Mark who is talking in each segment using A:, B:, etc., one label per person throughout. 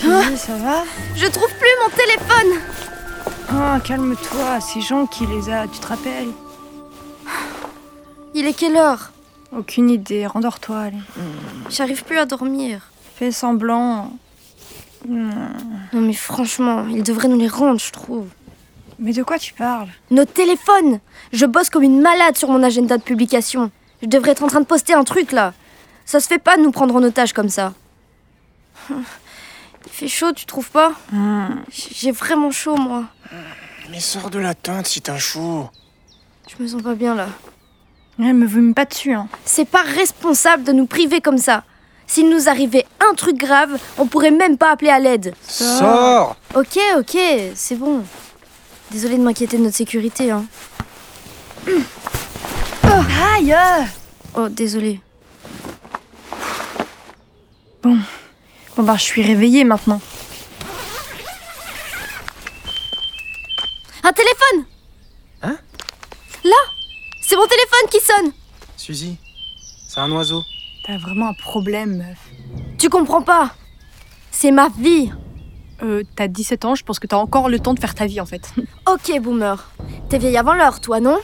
A: Camille, ça va
B: Je trouve plus mon téléphone
A: Ah, calme-toi, c'est Jean qui les a, tu te rappelles
B: Il est quelle heure
A: Aucune idée, rendors-toi, allez.
B: J'arrive plus à dormir.
A: Fais semblant.
B: Non mais franchement, ils devraient nous les rendre, je trouve.
A: Mais de quoi tu parles
B: Nos téléphones Je bosse comme une malade sur mon agenda de publication. Je devrais être en train de poster un truc là. Ça se fait pas de nous prendre en otage comme ça. Il fait chaud, tu trouves pas J- J'ai vraiment chaud moi.
C: Mais sors de la tente si t'as chaud.
B: Je me sens pas bien là.
A: Elle me veut même pas dessus, hein.
B: C'est pas responsable de nous priver comme ça. S'il nous arrivait un truc grave, on pourrait même pas appeler à l'aide.
C: Sors
B: Ok, ok, c'est bon. Désolée de m'inquiéter de notre sécurité, hein.
A: Aïe euh.
B: Oh, désolée.
A: Bon bah, je suis réveillée maintenant.
B: Un téléphone
C: Hein
B: Là C'est mon téléphone qui sonne
C: Suzy, c'est un oiseau.
A: T'as vraiment un problème, meuf.
B: Tu comprends pas C'est ma vie
D: Euh, t'as 17 ans, je pense que t'as encore le temps de faire ta vie en fait.
B: Ok, boomer. T'es vieille avant l'heure, toi, non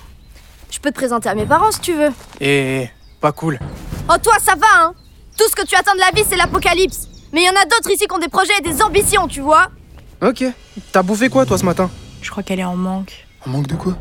B: Je peux te présenter à mes parents si tu veux.
C: Et pas cool.
B: Oh, toi, ça va, hein Tout ce que tu attends de la vie, c'est l'apocalypse. Mais il y en a d'autres ici qui ont des projets et des ambitions, tu vois
C: Ok. T'as bouffé quoi toi ce matin
A: Je crois qu'elle est en manque.
C: On manque de quoi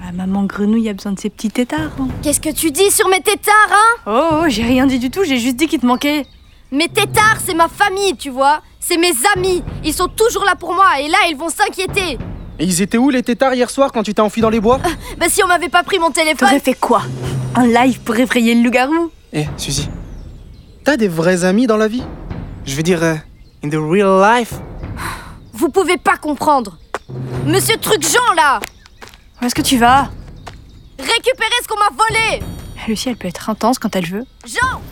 A: Bah, maman grenouille a besoin de ses petits tétards. hein.
B: Qu'est-ce que tu dis sur mes tétards, hein
A: Oh, oh, j'ai rien dit du tout, j'ai juste dit qu'il te manquait.
B: Mes tétards, c'est ma famille, tu vois C'est mes amis Ils sont toujours là pour moi, et là, ils vont s'inquiéter
C: Et ils étaient où les tétards hier soir quand tu t'es enfui dans les bois
B: Bah, si on m'avait pas pris mon téléphone
A: T'aurais fait quoi Un live pour effrayer le loup-garou
C: Eh, Suzy, t'as des vrais amis dans la vie Je veux dire, euh, in the real life
B: Vous pouvez pas comprendre Monsieur Truc-Jean, là
A: Où est-ce que tu vas
B: Récupérez ce qu'on m'a volé
A: Elle aussi, elle Bah, peut être intense quand elle veut.
B: Jean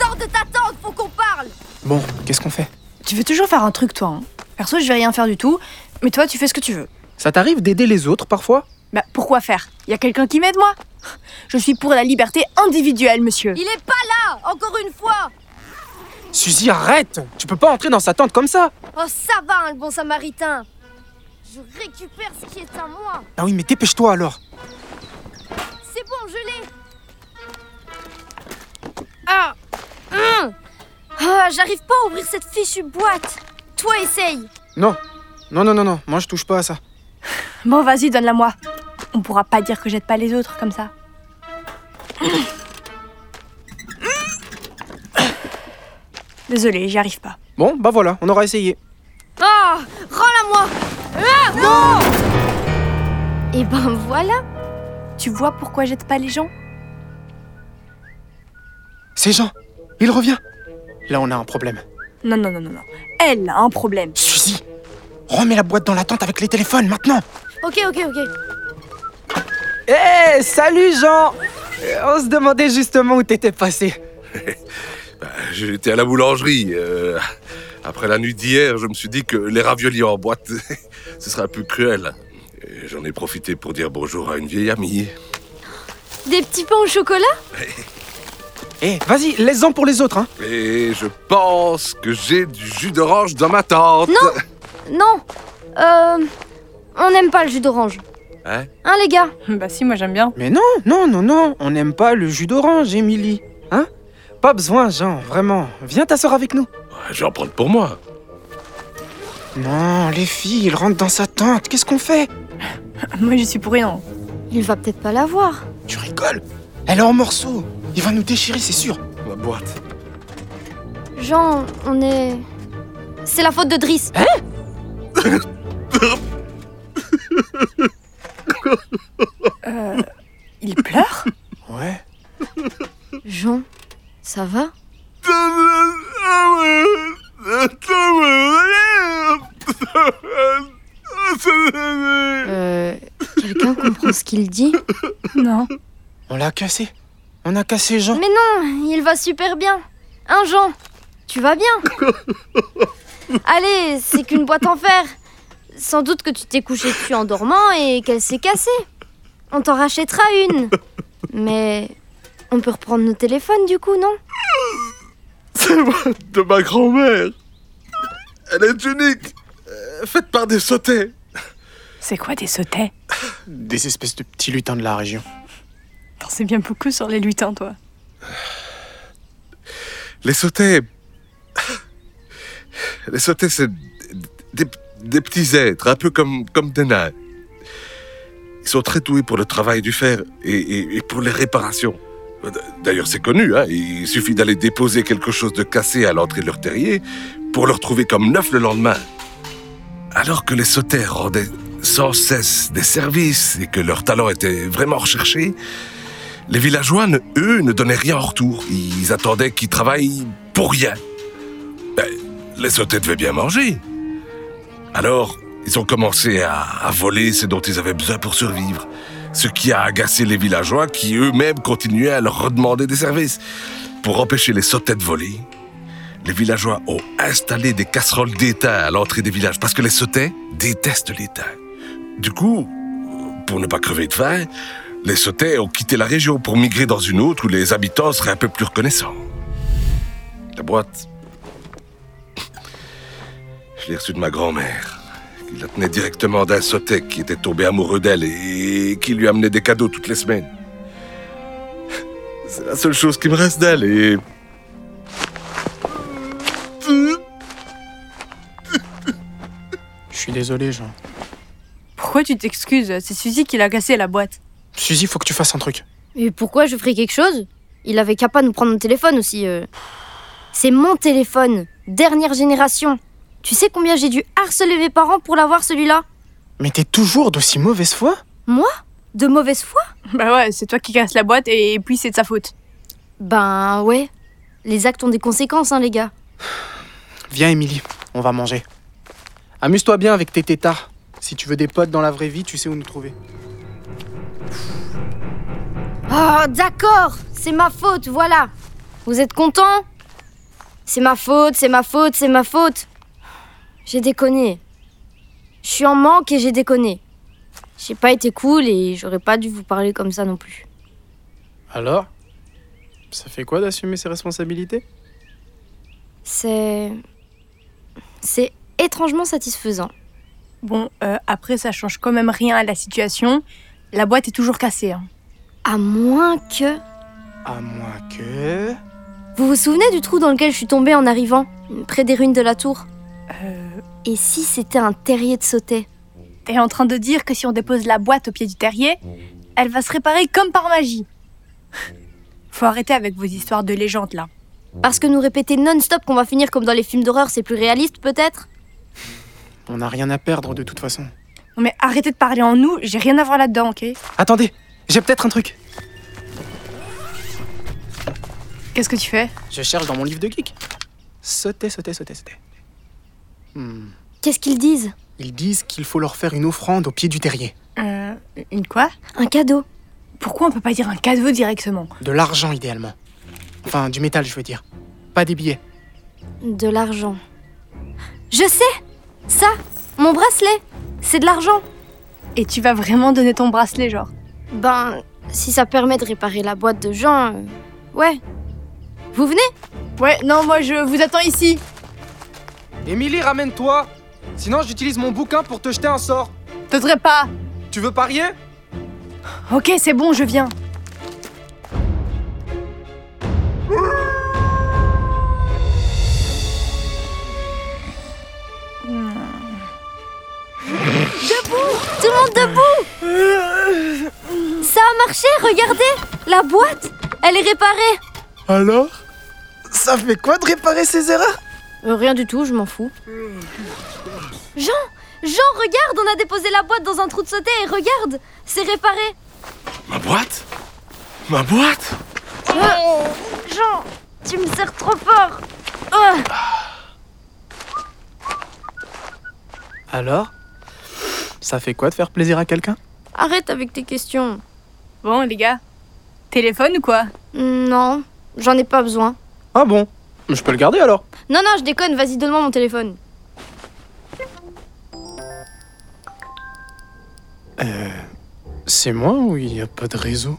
B: Sors de ta tente, faut qu'on parle
C: Bon, qu'est-ce qu'on fait
A: Tu veux toujours faire un truc, toi. hein. Perso, je vais rien faire du tout, mais toi, tu fais ce que tu veux.
C: Ça t'arrive d'aider les autres parfois
A: Bah, pourquoi faire Y a quelqu'un qui m'aide, moi Je suis pour la liberté individuelle, monsieur.
B: Il est pas là, encore une fois
C: Suzy, arrête Tu peux pas entrer dans sa tente comme ça
B: Oh, ça va, hein, le bon samaritain Je récupère ce qui est à moi
C: Ah oui, mais dépêche-toi alors
B: C'est bon, je l'ai Ah Hum. Ah, J'arrive pas à ouvrir cette fichue boîte Toi, essaye
C: Non, non, non, non, non, moi je touche pas à ça.
A: Bon, vas-y, donne-la-moi. On pourra pas dire que j'aide pas les autres comme ça. Désolée, j'y arrive pas.
C: Bon, bah voilà, on aura essayé.
B: Ah Rends-la-moi Ah Non Et ben voilà
A: Tu vois pourquoi j'aide pas les gens
C: C'est Jean Il revient Là, on a un problème.
A: Non, non, non, non, non. Elle a un problème.
C: Suzy Remets la boîte dans la tente avec les téléphones maintenant
B: Ok, ok, ok.
C: Eh, salut Jean Euh, On se demandait justement où t'étais passé.
E: J'étais à la boulangerie. euh, après la nuit d'hier, je me suis dit que les raviolis en boîte, ce serait un peu cruel. Et J'en ai profité pour dire bonjour à une vieille amie.
B: Des petits pains au chocolat
C: Eh, vas-y, laisse-en pour les autres, hein
E: Et je pense que j'ai du jus d'orange dans ma tente.
B: Non. Non Euh... On n'aime pas le jus d'orange.
E: Hein
B: Hein, les gars
D: bah si, moi j'aime bien.
C: Mais non, Oh, non, non, non, on n'aime pas le jus d'orange, Émilie. Hein Pas besoin, Jean, vraiment. Viens ta soeur avec nous.
E: J'en prends pour moi.
C: Non, les filles, il rentre dans sa tente, qu'est-ce qu'on fait
D: Moi je suis pour rien.
B: Il va peut-être pas l'avoir.
C: Tu rigoles Elle est en morceaux Il va nous déchirer, c'est sûr
E: Ma boîte.
B: Jean, on est... C'est la faute de Driss.
A: Euh. Il pleure
C: Ouais.
B: Jean, ça va Euh... Quelqu'un comprend ce qu'il dit
A: Non.
C: On l'a cassé. On a cassé Jean.
B: Mais non, il va super bien. Hein, Jean Tu vas bien Allez, c'est qu'une boîte en fer. Sans doute que tu t'es couché dessus en dormant et qu'elle s'est cassée. On t'en rachètera une. Mais on peut reprendre nos téléphones du coup, non
E: de ma grand-mère. Elle est unique euh, Faite par des sautés
A: C'est quoi des sautets
C: Des espèces de petits lutins de la région.
A: T'en sais bien beaucoup sur les lutins, toi.
E: Les sautés. Les sautés, c'est des, des petits êtres, un peu comme, comme des nains. Ils sont très doués pour le travail du fer et, et- et pour les réparations. D'ailleurs, c'est connu, hein, il suffit d'aller déposer quelque chose de cassé à l'entrée de leur terrier pour le retrouver comme neuf le lendemain. Alors que les sautés rendaient sans cesse des services et que leur talent était vraiment recherché, les villageois, ne- eux, ne donnaient rien en retour. Ils attendaient qu'ils travaillent pour rien. Ben, les sautés devaient bien manger. Alors, ils ont commencé à, à voler ce dont ils avaient besoin pour survivre. Ce qui a agacé les villageois qui eux-mêmes continuaient à leur redemander des services. Pour empêcher les sautés de voler, les villageois ont installé des casseroles d'étain à l'entrée des villages parce que les sautés détestent l'étain. Du coup, pour ne pas crever de faim, les sautés ont quitté la région pour migrer dans une autre où les habitants seraient un peu plus reconnaissants. La boîte. Je l'ai reçue de ma grand-mère, qui la tenait directement d'un sauté qui était tombé amoureux d'elle et qui lui amenait des cadeaux toutes les semaines. C'est la seule chose qui me reste d'elle et.
C: Je suis désolé, Jean.
A: Pourquoi tu t'excuses C'est Suzy qui l'a cassé la boîte.
C: Suzy, faut que tu fasses un truc.
B: Mais pourquoi je ferais quelque chose Il avait qu'à pas nous prendre un téléphone aussi. euh. C'est mon téléphone, dernière génération. Tu sais combien j'ai dû harceler mes parents pour l'avoir celui-là
C: Mais t'es toujours d'aussi mauvaise foi
B: De mauvaise foi
A: Bah ouais, c'est toi qui casse la boîte et, et puis c'est de sa faute.
B: Ben ouais. Les actes ont des conséquences, hein, les gars.
C: Viens, Émilie, on va manger. Amuse-toi bien avec tes tétards. Si tu veux des potes dans la vraie vie, tu sais où nous trouver.
B: Oh, d'accord, c'est ma faute, voilà. Vous êtes content C'est ma faute, c'est ma faute, c'est ma faute. J'ai déconné. Je suis en manque et j'ai déconné. J'ai pas été cool et j'aurais pas dû vous parler comme ça non plus.
C: Alors Ça fait quoi d'assumer ses responsabilités
B: C'est. C'est étrangement satisfaisant.
A: Bon, euh, après, ça change quand même rien à la situation. La boîte est toujours cassée. hein.
B: À moins que.
C: À moins que.
B: Vous vous souvenez du trou dans lequel je suis tombée en arrivant Près des ruines de la tour
A: Euh,
B: Et si c'était un terrier de sauter
A: T'es en train de dire que si on dépose la boîte au pied du terrier, elle va se réparer comme par magie. Faut arrêter avec vos histoires de légendes là.
B: Parce que nous répéter non-stop qu'on va finir comme dans les films d'horreur, c'est plus réaliste peut-être
C: On n'a rien à perdre de toute façon.
A: Non mais arrêtez de parler en nous, j'ai rien à voir là-dedans, ok
C: Attendez, j'ai peut-être un truc.
A: Qu'est-ce que tu fais
C: Je cherche dans mon livre de geek. Sautez, sautez, sautez, sautez. Hmm.
B: Qu'est-ce qu'ils disent
C: Ils disent qu'il faut leur faire une offrande au pied du terrier.
A: euh, Une quoi
B: Un cadeau.
A: Pourquoi on peut pas dire un cadeau directement
C: De l'argent idéalement. Enfin, du métal, je veux dire. Pas des billets.
B: De l'argent. Je sais Ça Mon bracelet C'est de l'argent
A: Et tu vas vraiment donner ton bracelet, genre
B: Ben, si ça permet de réparer la boîte de Jean. euh, Ouais. Vous venez
A: Ouais, non, moi je vous attends ici.
F: Émilie, ramène-toi Sinon, j'utilise mon bouquin pour te jeter un sort.
A: T'oserais pas
F: Tu veux parier
A: Ok, c'est bon, je viens.
B: Tout le monde debout Ça a marché, regardez La boîte Elle est réparée
C: Alors Ça fait quoi de réparer ses erreurs
B: Euh, Rien du tout, je m'en fous. Jean Jean, regarde On a déposé la boîte dans un trou de sauté et regarde C'est réparé
E: Ma boîte Ma boîte
B: Euh, Jean Tu me serres trop fort Ah
C: Alors Ça fait quoi de faire plaisir à quelqu'un
B: Arrête avec tes questions.
A: Bon, les gars, téléphone ou quoi
B: Non, j'en ai pas besoin.
C: Ah bon Je peux le garder alors
B: Non, non, je déconne, vas-y, donne-moi mon téléphone.
C: C'est moi ou il n'y a pas de réseau